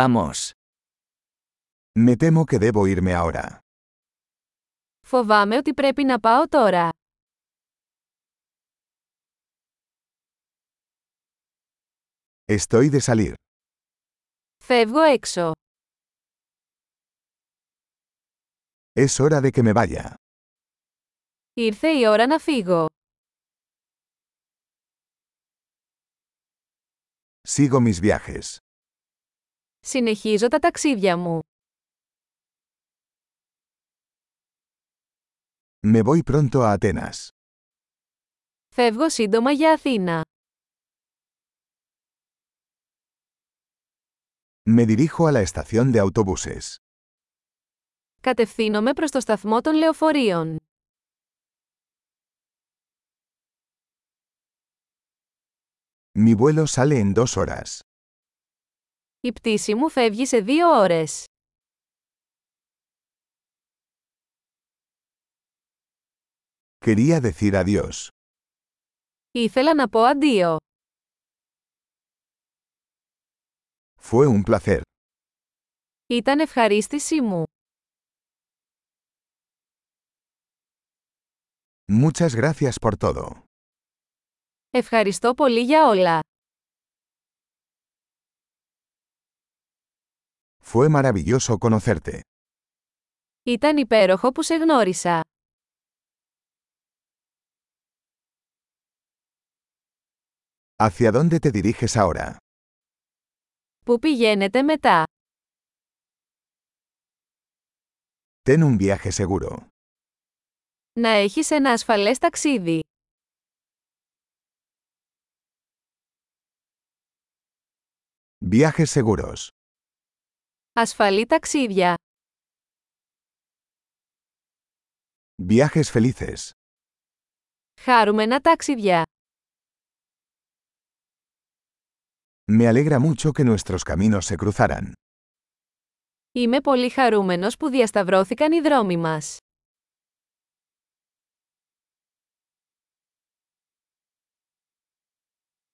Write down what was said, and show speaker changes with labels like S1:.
S1: Vamos.
S2: Me temo que debo irme ahora.
S3: Φοβάμαι ότι πρέπει να πάω τώρα.
S2: Estoy de salir.
S3: Φεύγω έξω.
S2: Es hora de que me vaya.
S3: Ήρθε η ώρα να φύγω.
S2: Sigo mis viajes.
S3: Συνεχίζω τα ταξίδια μου.
S2: Me voy pronto a Atenas.
S3: Φεύγω σύντομα για Αθήνα.
S2: Me dirijo a la estación de autobuses.
S3: Κατευθύνομαι προς το σταθμό των λεωφορείων.
S2: Mi vuelo sale en dos horas.
S3: Η πτήση μου φεύγει σε δύο ώρες.
S2: Quería decir adiós.
S3: Ήθελα να πω αντίο.
S2: Fue un placer.
S3: Ήταν ευχαρίστησή μου.
S2: Muchas gracias por todo.
S3: Ευχαριστώ πολύ για όλα.
S2: Fue maravilloso conocerte.
S3: Ήταν υπέροχο που σε γνώρισα.
S2: ¿Hacia dónde te diriges ahora?
S3: Πού πηγαίνετε μετά.
S2: Ten un viaje seguro.
S3: Να έχεις ένα ασφαλές ταξίδι.
S2: Viajes seguros.
S3: Ασφαλή ταξίδια.
S2: Viajes felices.
S3: Χάρουμενα ταξίδια.
S2: Me alegra mucho que nuestros caminos se cruzaran.
S3: Είμαι πολύ χαρούμενος που διασταυρώθηκαν οι δρόμοι μας.